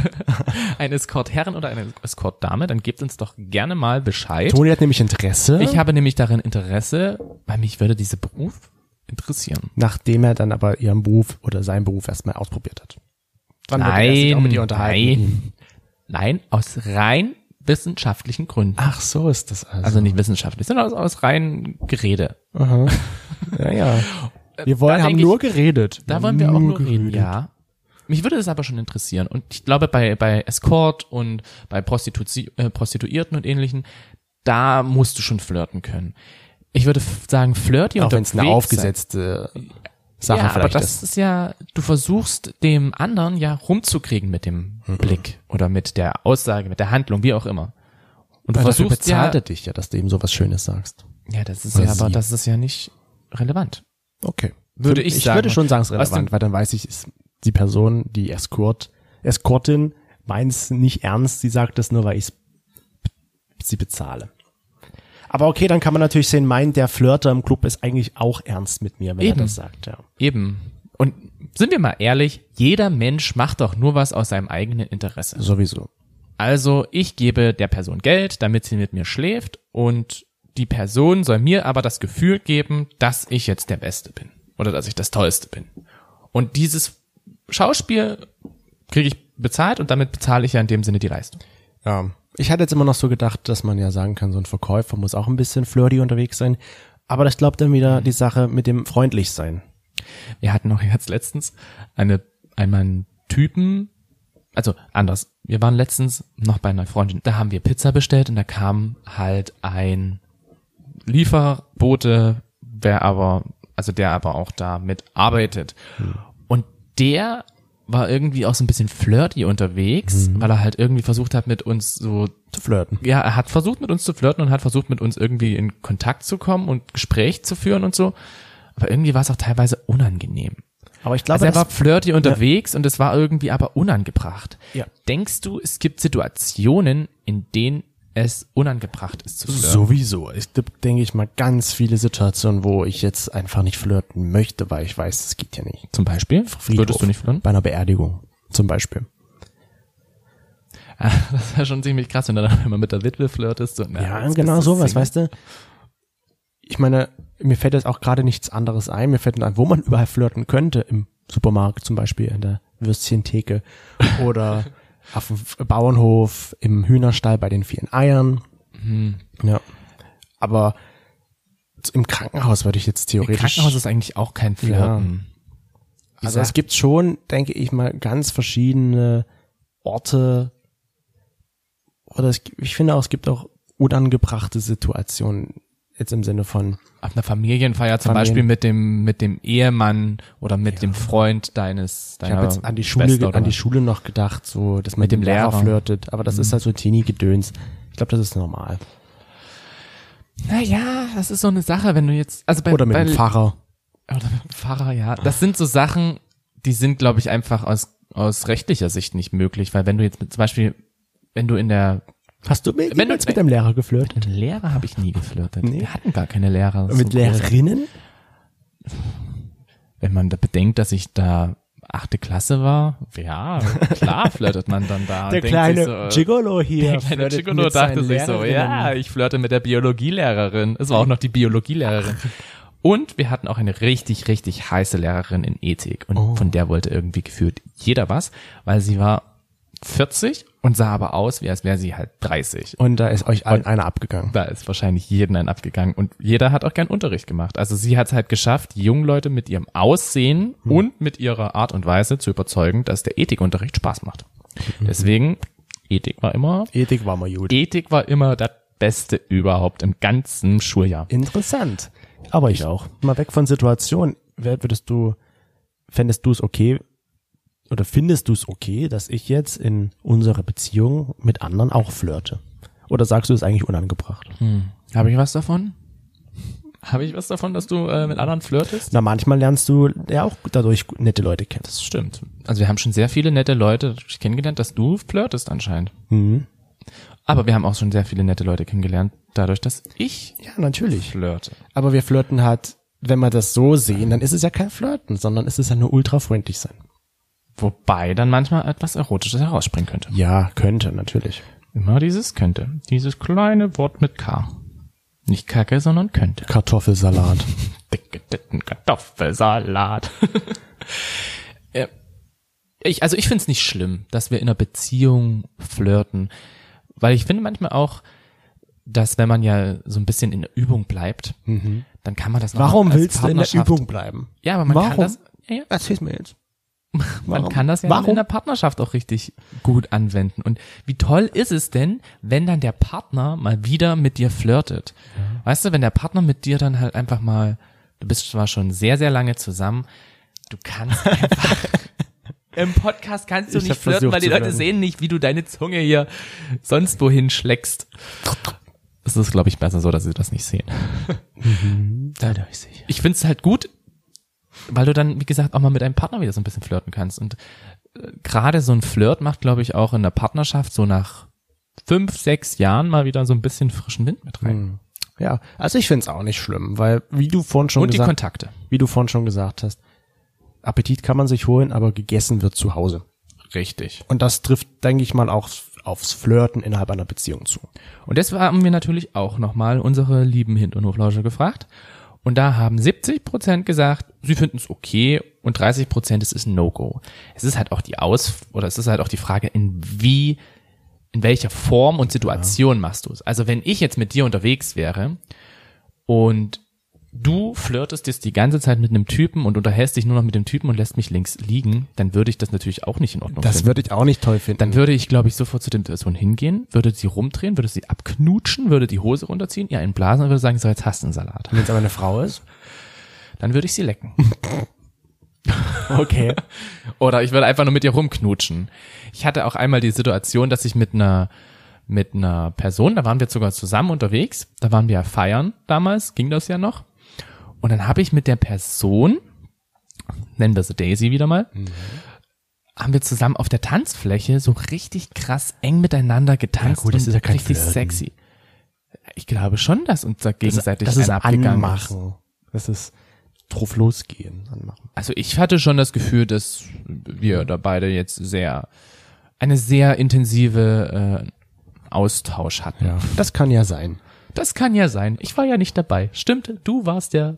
ein Escort-Herren oder eine Escort-Dame, dann gebt uns doch gerne mal Bescheid.
Toni hat nämlich Interesse.
Ich habe nämlich darin Interesse, weil mich würde dieser Beruf interessieren.
nachdem er dann aber ihren Beruf oder seinen Beruf erstmal ausprobiert hat. Dann wird er sich auch mit ihr unterhalten.
nein, nein, aus rein wissenschaftlichen Gründen.
Ach, so ist das also.
Also nicht wissenschaftlich, sondern aus, aus rein Gerede.
Also, ja, ja. Wir wollen,
Äh, da
haben
denk ich-
nur geredet.
Da wollen wir auch nur reden,
geredet.
ja. Mich würde das aber schon interessieren. Und ich glaube, bei, bei Escort und bei Prostituzi äh, Prostituierten und ähnlichen, da musst du schon flirten können. Ich würde f- sagen, flirty
Auch wenn es eine
unterwegs sein.
aufgesetzte Sache
ja,
vielleicht
aber das
ist.
ist. ja, du versuchst dem anderen ja rumzukriegen mit dem
Mhm.
Blick oder mit der Aussage, mit der Handlung, wie auch immer. Und du
Aber dafür
versuchst ja,
bezahlt er dich ja, dass du ihm sowas Schönes sagst.
ja, das ist
Oder
ja, aber
sie.
das ist ja nicht relevant.
Okay.
Würde ich sagen.
Ich würde schon sagen, es ist
Aus dem-
relevant, weil dann weiß ich, ist die Person, die Escort, Escortin, meint es nicht ernst, sie sagt es nur, weil ich sie bezahle. Aber okay, dann kann man natürlich sehen, meint der Flirter im Club ist eigentlich auch ernst mit mir, wenn
Eben.
er das sagt, ja.
Eben. Und sind wir mal ehrlich, jeder Mensch macht doch nur was aus seinem eigenen Interesse.
Sowieso.
Also ich gebe der Person Geld, damit sie mit mir schläft und die Person soll mir aber das Gefühl geben, dass ich jetzt der Beste bin oder dass ich das Tollste bin. Und dieses Schauspiel kriege ich bezahlt und damit bezahle ich ja in dem Sinne die Leistung.
Ja. Ich hatte jetzt immer noch so gedacht, dass man ja sagen kann, so ein Verkäufer muss auch ein bisschen flirty unterwegs sein. Aber das glaubt dann wieder die Sache mit dem freundlich sein.
Wir hatten auch jetzt letztens eine, einmal einen Typen, also anders. Wir waren letztens noch bei einer Freundin, da haben wir Pizza bestellt und da kam halt ein Lieferbote, der aber, also der aber auch da mit arbeitet. Und der war irgendwie auch so ein bisschen flirty unterwegs, weil er halt irgendwie versucht hat, mit uns so
Zu flirten.
ja, er hat versucht mit uns zu flirten und hat versucht mit uns irgendwie in Kontakt zu kommen und Gespräch zu führen und so. Aber irgendwie war es auch teilweise unangenehm.
Aber ich glaube,
also er war
das,
flirty unterwegs und es war irgendwie aber unangebracht.
Ja.
Denkst du, es gibt Situationen, in denen es unangebracht ist zu flirten?
Sowieso. Es gibt, denke ich mal, ganz viele Situationen, wo ich jetzt einfach nicht flirten möchte, weil ich weiß, es geht ja nicht.
Zum Beispiel? Würdest du nicht flirten?
Bei einer Beerdigung zum Beispiel.
Das ist ja schon ziemlich krass, wenn du dann immer mit der Witwe flirtest. Und, na,
Ja,
jetzt
genau
bist du
sowas,
Single.
weißt du? Ich meine, mir fällt jetzt auch gerade nichts anderes ein. Mir fällt ein, wo man überall flirten könnte. Im Supermarkt zum Beispiel, in der Würstchentheke oder auf dem F- Bauernhof, im Hühnerstall bei den vielen Eiern. Ja. Aber z- im Krankenhaus würde ich jetzt theoretisch.
Krankenhaus ist eigentlich auch kein Flirten.
Also es
sag-
gibt schon, denke ich mal, ganz verschiedene Orte oder es, ich finde auch, es gibt auch unangebrachte Situationen jetzt im Sinne von
auf einer Familienfeier zum
Familien-
Beispiel mit dem mit dem Ehemann oder mit dem Freund deines
ich
deiner
habe jetzt an die Schule
Schwester
ge-
oder
an die
was.
Schule noch gedacht, so dass man
Mit dem Lehrer. Mhm.
flirtet, aber das ist halt so Teenie Gedöns. Ich glaube, das ist normal.
Naja, das ist so eine Sache, wenn du jetzt also bei
Oder mit
bei,
dem Pfarrer.
oder mit dem Pfarrer, ja. Das sind so Sachen, die sind glaube ich einfach aus aus rechtlicher Sicht nicht möglich, weil wenn du jetzt mit, zum Beispiel wenn du in der
Hast du mit,
Wenn du-
jemals mit dem Lehrer geflirtet?
mit Lehrer habe ich nie geflirtet.
Nee.
Wir hatten gar keine Lehrer. so
mit
groß.
Lehrerinnen?
Wenn man da bedenkt, dass ich da achte Klasse war, ja, klar flirtet man dann da. und denkt sich so, äh,
Gigolo hier.
Der kleine Chico nur dachte sich so, ja, ich flirte mit der Biologielehrerin. Es war auch noch die Biologielehrerin. Und wir hatten auch eine richtig, E richtig heiße Lehrerin in Ethik. Und von der wollte irgendwie gefühlt jeder was, weil sie war 40 und sah aber aus, wie als wäre sie halt 30.
Und da ist euch allen einer abgegangen.
Da ist wahrscheinlich jeden ein abgegangen und jeder hat auch gern Unterricht gemacht. Also sie hat es halt geschafft, die jungen Leute mit ihrem Aussehen und mit ihrer Art und Weise zu überzeugen, dass der E Ethikunterricht Spaß macht. Deswegen, E Ethik war immer,
Ethik war mal gut.
Ethik war immer das Beste überhaupt im ganzen Schuljahr.
Interessant. Aber ich auch. Mal weg von Situation. Wer würdest du, fändest du es okay oder findest du es okay, dass ich jetzt in unserer Beziehung mit anderen auch flirte? Oder sagst du es eigentlich unangebracht?
Habe ich was davon? Habe ich was davon, dass du äh, mit anderen flirtest?
Na, manchmal lernst du ja auch dadurch nette Leute kennen.
Das stimmt. Also wir haben schon sehr viele nette Leute kennengelernt, dass du flirtest anscheinend. Aber wir haben auch schon sehr viele nette Leute kennengelernt, dadurch, dass ich
Ja, natürlich.
flirte.
Aber wir flirten halt, wenn wir das so sehen, dann ist es ja kein Flirten, sondern es ist ja nur ultra freundlich sein.
Wobei dann manchmal etwas Erotisches herausspringen könnte.
Ja, könnte, natürlich.
Immer dieses könnte. Dieses kleine Wort mit K. Nicht Kacke, sondern könnte.
Kartoffelsalat.
Dicke Titten, Kartoffelsalat. Äh, ich, also ich finde es nicht schlimm, dass wir in einer Beziehung flirten. Weil ich finde manchmal auch, dass wenn man ja so ein bisschen in der Übung bleibt, dann kann man das noch
Mhm. Warum
als
willst du in der
Partnerschaft-
Übung bleiben?
Ja, aber man
Warum?
kann das. Ja, ja,
Das hilft mir jetzt.
man
Warum?
kann das ja dann
Warum?
in der Partnerschaft auch richtig gut anwenden. Und wie toll ist es denn, wenn dann der Partner mal wieder mit dir flirtet? Weißt du, wenn der Partner mit dir dann halt einfach mal, du bist zwar schon sehr, sehr lange zusammen, du kannst einfach. Im Podcast kannst du
Ich
nicht
hab versucht
flirten, weil die
zu
Leute
flirten.
sehen nicht, wie du deine Zunge hier sonst wohin schlägst. Es ist, glaube ich, besser so, dass sie das nicht sehen.
Dadurch sicher.
Ich find's halt gut, weil du dann, wie gesagt, auch mal mit deinem Partner wieder so ein bisschen flirten kannst. Und äh, gerade so ein Flirt macht, glaube ich, auch in der Partnerschaft so nach fünf, sechs Jahren mal wieder so ein bisschen frischen Wind mit rein.
Ja, also ich find's auch nicht schlimm, weil wie du vorhin schon
Und die
gesagt,
Kontakte.
wie du vorhin schon gesagt hast, Appetit kann man sich holen, aber gegessen wird zu Hause.
Richtig.
Und das trifft, denke ich mal, auch aufs Flirten innerhalb einer Beziehung zu.
Und deswegen haben wir natürlich auch nochmal unsere lieben Hint- und Hoflauscher gefragt. Und da haben 70 Prozent gesagt, sie finden's okay und 30 Prozent, es ist ein No-Go. Es ist halt auch die Aus, oder es ist halt auch die Frage, in wie, in welcher Form und Situation machst du es? Also wenn ich jetzt mit dir unterwegs wäre und du flirtest jetzt die ganze Zeit mit einem Typen und unterhältst dich nur noch mit dem Typen und lässt mich links liegen, dann würde ich das natürlich auch nicht in Ordnung finden.
Das würde ich auch nicht toll finden.
Dann würde ich, glaube ich, sofort zu dem Person hingehen, würde sie rumdrehen, würde sie abknutschen, würde die Hose runterziehen, ihr einen blasen und würde sagen, so, jetzt hast du einen Salat.
wenn es aber eine Frau ist.
Dann würde ich sie lecken.
Okay.
Oder ich würde einfach nur mit ihr rumknutschen. Ich hatte auch einmal die Situation, dass ich mit einer mit einer Person, da waren wir sogar zusammen unterwegs, da waren wir ja feiern damals, ging das ja noch. Und dann habe ich mit der Person, nennen wir sie Daisy wieder mal,
Mhm.
haben wir zusammen auf der Tanzfläche so richtig krass eng miteinander getanzt
Ja, gut, das
und
ist ja kein
richtig
Flirten.
sexy. Ich glaube schon, dass uns da gegenseitig
das ist
einer abgegangen ist.
anmachen. Das ist drauf losgehen. Anmachen.
Also ich hatte schon das Gefühl, dass wir da beide jetzt sehr eine sehr intensive äh, Austausch hatten.
Ja. Das kann ja sein.
Das kann ja sein. Ich war ja nicht dabei. Stimmt, du warst ja.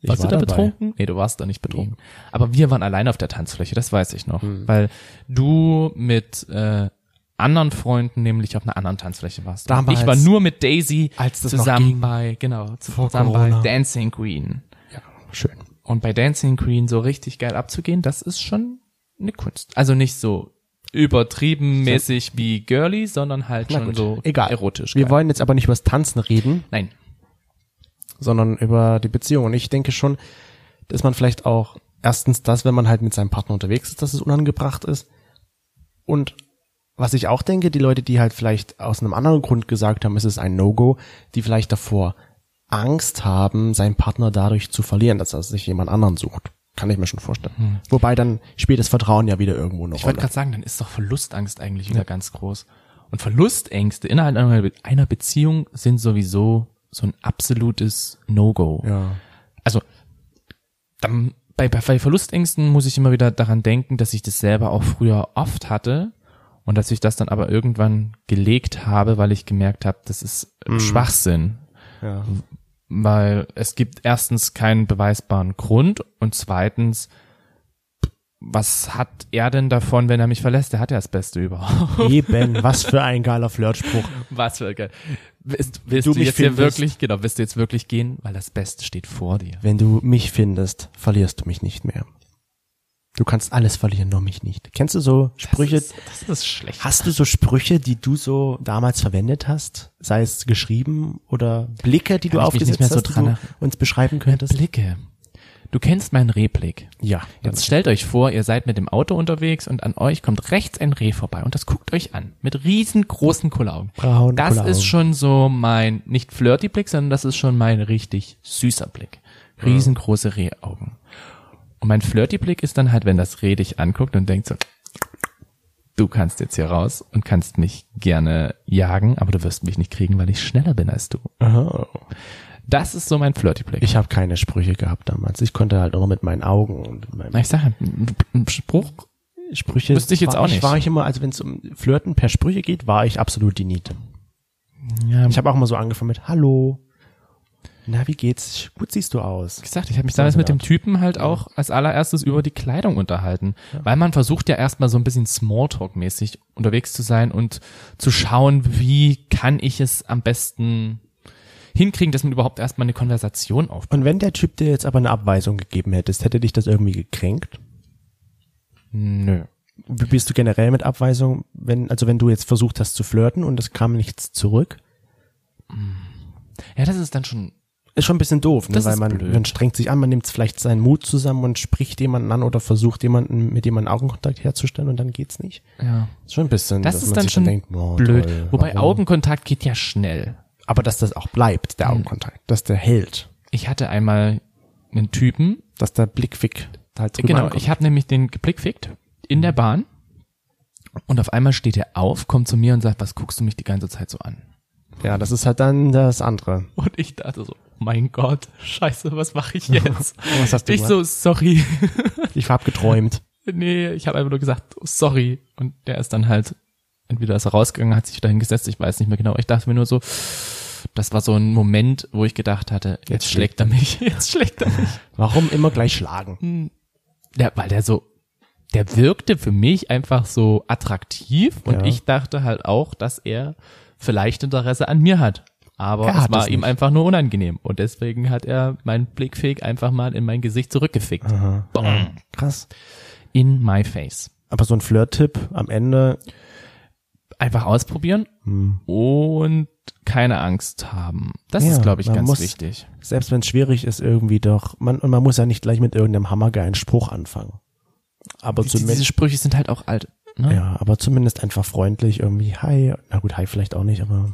Ich
Warst
war
du da
dabei.
betrunken? Nee, du warst da nicht betrunken. Aber wir waren allein auf der Tanzfläche, das weiß ich noch.
Hm.
Weil du mit äh, anderen Freunden nämlich auf einer anderen Tanzfläche warst. Und
Damals,
ich war nur mit Daisy
als das noch
zusammen
ging.
bei, genau,
Vor
zusammen
Corona.
bei Dancing Queen.
Ja, schön.
Und bei Dancing Queen so richtig geil abzugehen, das ist schon eine Kunst. Also nicht so übertrieben mäßig wie girly, sondern halt
Na
schon
gut.
so
Egal.
erotisch.
Wir
geil.
wollen jetzt aber nicht über das Tanzen reden,
Nein,
sondern über die Beziehung. Und ich denke schon, dass man vielleicht auch erstens das, wenn man halt mit seinem Partner unterwegs ist, dass es unangebracht ist. Und was ich auch denke, die Leute, die halt vielleicht aus einem anderen Grund gesagt haben, es ist ein No-Go, die vielleicht davor Angst haben, seinen Partner dadurch zu verlieren, dass er sich jemand anderen sucht. Kann ich mir schon vorstellen. Wobei dann spielt das Vertrauen ja wieder irgendwo eine
ich wollte
Rolle.
gerade sagen, dann ist doch Verlustangst eigentlich wieder ganz groß. Und Verlustängste innerhalb einer, Be einer Beziehung sind sowieso so ein absolutes No-Go.
Ja.
Also dann, bei, bei, bei Verlustängsten muss ich immer wieder daran denken, dass ich das selber auch früher oft hatte und dass ich das dann aber irgendwann gelegt habe, weil ich gemerkt habe, das ist Schwachsinn.
Ja.
Weil es gibt erstens keinen beweisbaren Grund und zweitens was hat er denn davon, wenn er mich verlässt? Der hat ja das Beste überhaupt.
Eben, was für ein geiler Flirtspruch.
Was für geil. Willst, willst
du
du,
mich
jetzt hier
findest.
wirklich, genau, willst du jetzt wirklich gehen? Weil das Beste steht vor dir.
Wenn du mich findest, verlierst du mich nicht mehr. Du kannst alles verlieren, nur mich nicht. Kennst du so Sprüche?
Das ist, das ist schlecht.
Hast du so Sprüche, die du so damals verwendet hast? Sei es geschrieben oder Blicke, die du
Kann ich mich
aufgesetzt
nicht mehr so
hast, die
dran
du uns beschreiben könntest?
Blicke. Du kennst meinen Replik.
Ja.
Jetzt stellt euch vor, ihr seid mit dem Auto unterwegs und an euch kommt rechts ein Reh vorbei und das guckt euch an mit riesengroßen Kulleraugen.
Braun
das
Kulleraugen.
ist schon so mein nicht flirty Blick, sondern das ist schon mein richtig süßer Blick. Riesengroße Rehaugen. Und mein flirty Blick ist dann halt, wenn das Reh dich anguckt und denkt so, du kannst jetzt hier raus und kannst mich gerne jagen, aber du wirst mich nicht kriegen, weil ich schneller bin als du.
Aha.
Das ist so mein flirty Blick.
Ich habe keine Sprüche gehabt damals. Ich konnte halt nur mit meinen Augen und mit
Na,
meinen
ich sage, ein Spruch
Sprüche.
wüsste ich jetzt
war
auch nicht.
War ich immer, also wenn es um Flirten per Sprüche geht, war ich absolut die Niete.
Ja,
Ich habe auch immer so angefangen mit Hallo. Na, wie geht's? Gut siehst du aus.
gesagt, ich habe mich damals mit dem Typen halt auch als allererstes über die Kleidung unterhalten, weil man versucht ja erstmal so ein bisschen Smalltalk-mäßig unterwegs zu sein und zu schauen, wie kann ich es am besten hinkriegen, dass man überhaupt erstmal eine Konversation aufbaut.
Und wenn der Typ dir jetzt aber eine Abweisung gegeben hättest, hätte dich das irgendwie gekränkt?
Nö.
Wie bist du generell mit Abweisung, wenn, also wenn du jetzt versucht hast zu flirten und es kam nichts zurück?
Ja, das ist dann schon,
Ist schon ein bisschen doof, ne?
Das
weil
ist
man,
blöd.
man strengt sich an, man nimmt vielleicht seinen Mut zusammen und spricht jemanden an oder versucht jemanden mit jemandem Augenkontakt herzustellen und dann geht's nicht.
ja,
Ist schon ein bisschen,
das
dass
ist
man
dann
sich
schon
denkt, oh,
blöd.
toll,
Wobei
warum?
Augenkontakt geht ja schnell.
Aber dass das auch bleibt,
Mhm.
der Augenkontakt, dass der hält,
Ich hatte einmal einen Typen,
dass der Blick weg halt drüber
Genau,
ankommt.
ich habe nämlich den geblickfickt in der Bahn und auf einmal steht er auf, kommt zu mir und sagt, was guckst du mich die ganze Zeit so an?
Ja, das ist halt dann das andere.
Und ich dachte so, mein Gott, scheiße, was mache ich jetzt?
Was hast du
ich so, sorry.
Ich hab geträumt.
nee, ich habe einfach nur gesagt, sorry. Und der ist dann halt, entweder ist er rausgegangen, hat sich wieder hingesetzt, ich weiß nicht mehr genau. Ich dachte mir nur so, das war so ein Moment, wo ich gedacht hatte, jetzt,
Jetzt
schlägt er mich, jetzt schlägt er mich.
Warum immer gleich schlagen?
Ja, weil der so, der wirkte für mich einfach so attraktiv und
Ja.
ich dachte halt auch, dass er vielleicht Interesse an mir hat. Aber
Er
es
hat
war
es
ihm
nicht.
einfach nur unangenehm. Und deswegen hat er meinen Blickfeg einfach mal in mein Gesicht zurückgefickt. Bong.
Krass.
In my face.
Aber so ein Flirt-Tipp am Ende,
Einfach ausprobieren
hm,
und keine Angst haben. Das
Ja,
ist, glaube ich,
man
ganz
muss-
wichtig.
selbst wenn es schwierig ist, irgendwie doch, man, und man muss ja nicht gleich mit irgendeinem hammergeilen Spruch anfangen. Aber
Die- Diese
zumindest,
Sprüche sind halt auch alt. Ne?
ja, aber zumindest einfach freundlich irgendwie, hi, na gut, hi vielleicht auch nicht, aber,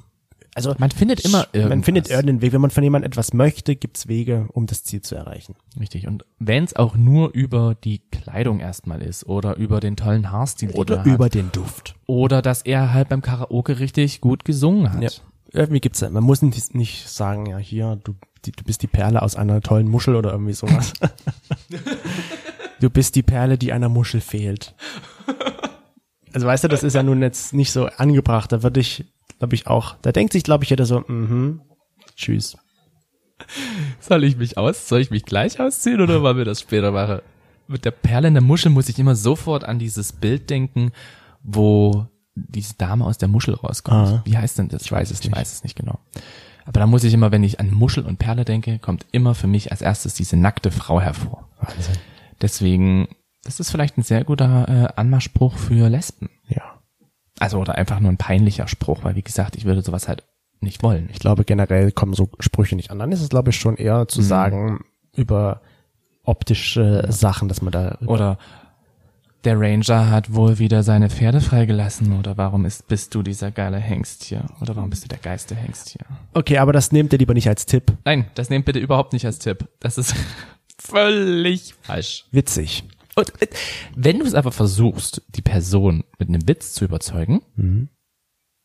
also,
Man findet immer irgendwas.
man findet irgendeinen Weg. Wenn man von jemandem etwas möchte, gibt's Wege, um das Ziel zu erreichen.
Richtig. Und wenn es auch nur über die Kleidung erstmal ist oder über den tollen Haarstil, den er hat,
den Duft.
oder dass er halt beim Karaoke richtig gut gesungen hat.
Ja. Irgendwie gibt's ja, man muss nicht, nicht sagen, ja, hier, du, die, du bist die Perle aus einer tollen Muschel oder irgendwie sowas. du bist die Perle, die einer Muschel fehlt. Also weißt du, das ist ja nun jetzt nicht so angebracht. Da würde ich, glaube ich, auch, da denkt sich, glaube ich, jeder so, mhm, tschüss.
Soll ich mich aus, soll ich mich gleich ausziehen oder wollen wir das später machen? Mit der Perle in der Muschel muss ich immer sofort an dieses Bild denken, wo diese Dame aus der Muschel rauskommt.
Ah.
Wie heißt denn das? Ich
weiß es
Ich weiß es nicht genau. Aber da muss ich immer, wenn ich an Muschel und Perle denke, kommt immer für mich als erstes diese nackte Frau hervor.
Wahnsinn.
Deswegen, das ist vielleicht ein sehr guter äh, Anmachspruch für Lesben.
Ja.
Also oder einfach nur ein peinlicher Spruch, weil wie gesagt, ich würde sowas halt nicht wollen.
Ich glaube, generell kommen so Sprüche nicht an. Dann ist es, glaube ich, schon eher zu sagen über optische Sachen, dass man da
Oder der Ranger hat wohl wieder seine Pferde freigelassen oder warum ist bist du dieser geile Hengst hier oder warum bist du der geiste Hengst hier?
Okay, aber das nehmt ihr lieber nicht als Tipp.
Nein, das nehmt bitte überhaupt nicht als Tipp. Das ist völlig falsch.
Witzig.
Und äh, wenn du es aber versuchst, die Person mit einem Witz zu überzeugen,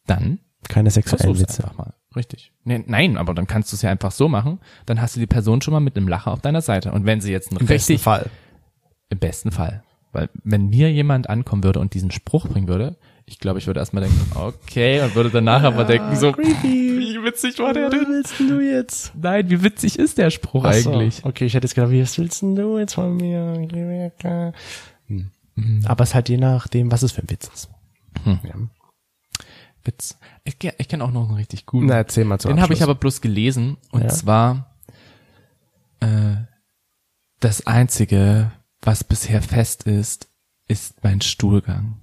dann
Keine sexuellen
Versuch's
Witze.
einfach mal. Richtig. Nee, nein, aber dann kannst du es ja einfach so machen. Dann hast du die Person schon mal mit einem Lacher auf deiner Seite. Und wenn sie jetzt einen richtig,
Fall.
im besten Fall, weil wenn mir jemand ankommen würde und diesen Spruch bringen würde, ich glaube, ich würde erstmal denken, okay, und würde danach aber denken, so, wie witzig war der denn?
willst du jetzt?
Nein, wie witzig ist der Spruch eigentlich?
Okay, ich hätte jetzt gedacht, was willst du jetzt von mir? Aber es ist halt je nachdem, was es für ein Witz ist. Ja.
Witz. Ich, ke- ich kenne auch noch einen richtig guten.
Na, erzähl mal zu
Den habe ich
Abschluss.
aber bloß gelesen. Und
Ja.
zwar äh, das Einzige, was bisher fest ist, ist mein Stuhlgang.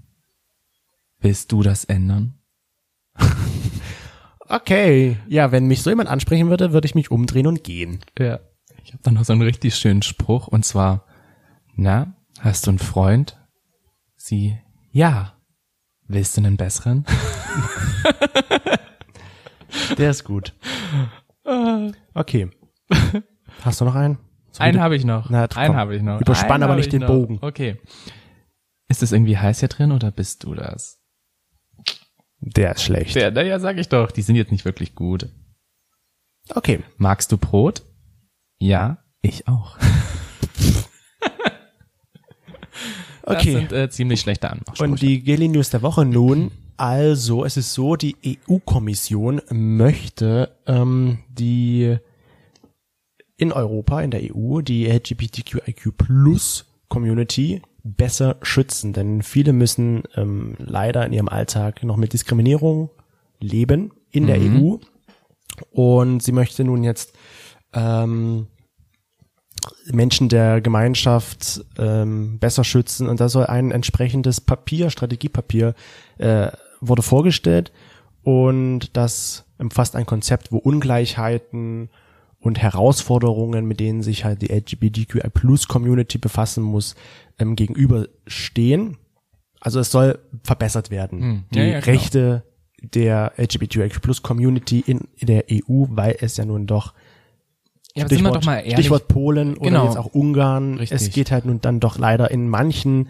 Willst du das ändern?
Okay. Ja, wenn mich so jemand ansprechen würde, würde ich mich umdrehen und gehen.
Ja. Ich habe dann noch so einen richtig schönen Spruch. Und zwar, na, hast du einen Freund? Sie, ja. Willst du einen besseren?
Der ist gut. okay. Hast du noch einen? So
Ah. Einen
wie du-
habe ich noch.
Na, komm.
einen habe ich noch.
Überspann
Einen
aber
habe
nicht den
ich noch.
Bogen.
Okay. Ist es irgendwie heiß hier drin oder bist du das?
Der ist schlecht.
Ja, naja, sag ich doch. Die sind jetzt nicht wirklich gut.
Okay.
Magst du Brot? Ja, ich auch. Das
Okay.
sind äh, ziemlich schlechte Anmachsprüche.
Und die Geli News der Woche nun. Also, es ist so, die EU-Kommission möchte ähm, die in Europa, in der EU, die LGBTQIQ Plus Community besser schützen. Denn viele müssen ähm, leider in ihrem Alltag noch mit Diskriminierung leben in der EU. Und sie möchte nun jetzt ähm, Menschen der Gemeinschaft ähm, besser schützen. Und da soll ein entsprechendes Papier, Strategiepapier, äh, wurde vorgestellt. Und das umfasst ein Konzept, wo Ungleichheiten und Herausforderungen, mit denen sich halt die LGBTQI Plus Community befassen muss, ähm, gegenüberstehen. Also es soll verbessert werden,
Hm.
die
Ja, ja, genau.
Rechte der LGBTIQ Plus Community in der EU, weil es ja nun doch
ja, aber sind wir
Stichwort,
doch mal ehrlich.
Stichwort Polen oder
Genau.
jetzt auch Ungarn.
Richtig.
Es geht halt nun dann doch leider in manchen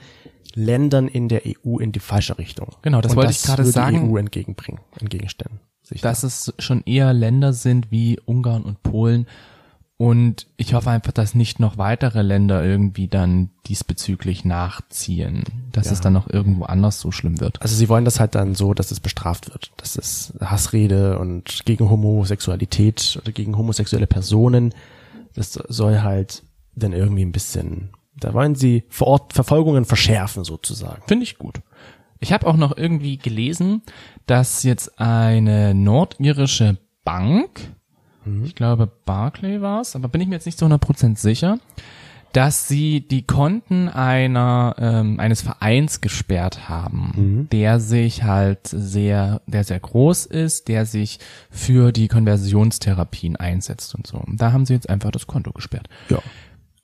Ländern in der EU in die falsche Richtung.
Genau, das
Und
wollte ich gerade
will
sagen.
Die EU entgegenbringen, entgegenstellen. Sich
dass es schon eher Länder sind wie Ungarn und Polen. Und ich hoffe einfach, dass nicht noch weitere Länder irgendwie dann diesbezüglich nachziehen, dass es dann noch irgendwo anders so schlimm wird.
also sie wollen das halt dann so, dass es bestraft wird. Das ist Hassrede und gegen Homosexualität oder gegen homosexuelle Personen. Das soll halt dann irgendwie ein bisschen, da wollen sie vor Ort Verfolgungen verschärfen sozusagen.
Finde ich gut. Ich habe auch noch irgendwie gelesen, dass jetzt eine nordirische Bank, ich glaube Barclay war's, aber bin ich mir jetzt nicht zu 100% sicher, dass sie die Konten einer, ähm, eines Vereins gesperrt haben, der sich halt sehr, der sehr groß ist, der sich für die Konversionstherapien einsetzt und so. Und da haben sie jetzt einfach das Konto gesperrt.
Ja.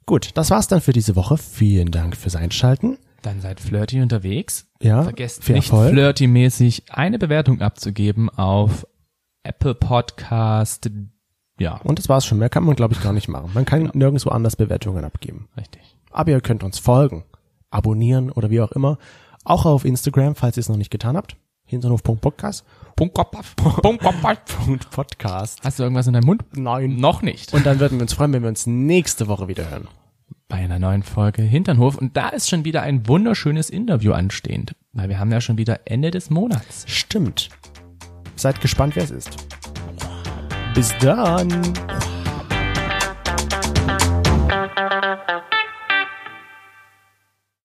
Gut, das war's dann für diese Woche. Vielen Dank fürs Einschalten.
Dann seid flirty unterwegs.
Ja,
Vergesst
Ah, viel
nicht
Erfolg.
flirty-mäßig eine Bewertung abzugeben auf Apple Podcast. Ja,
Und das war's schon. Mehr kann man, glaube ich, gar nicht machen. Man kann nirgendwo anders Bewertungen abgeben.
richtig.
Aber ihr könnt uns folgen, abonnieren oder wie auch immer. Auch auf Instagram, falls ihr es noch nicht getan habt. Hinterhof.podcast. Punkt Podcast.
Hast du irgendwas in deinem Mund?
Nein.
Noch nicht.
Und dann würden wir uns freuen, wenn wir uns nächste Woche wieder hören.
bei einer neuen Folge Hinternhof. Und da ist schon wieder ein wunderschönes Interview anstehend. Weil wir haben ja schon wieder Ende des Monats.
Stimmt. Seid gespannt, wer es ist. Bis dann.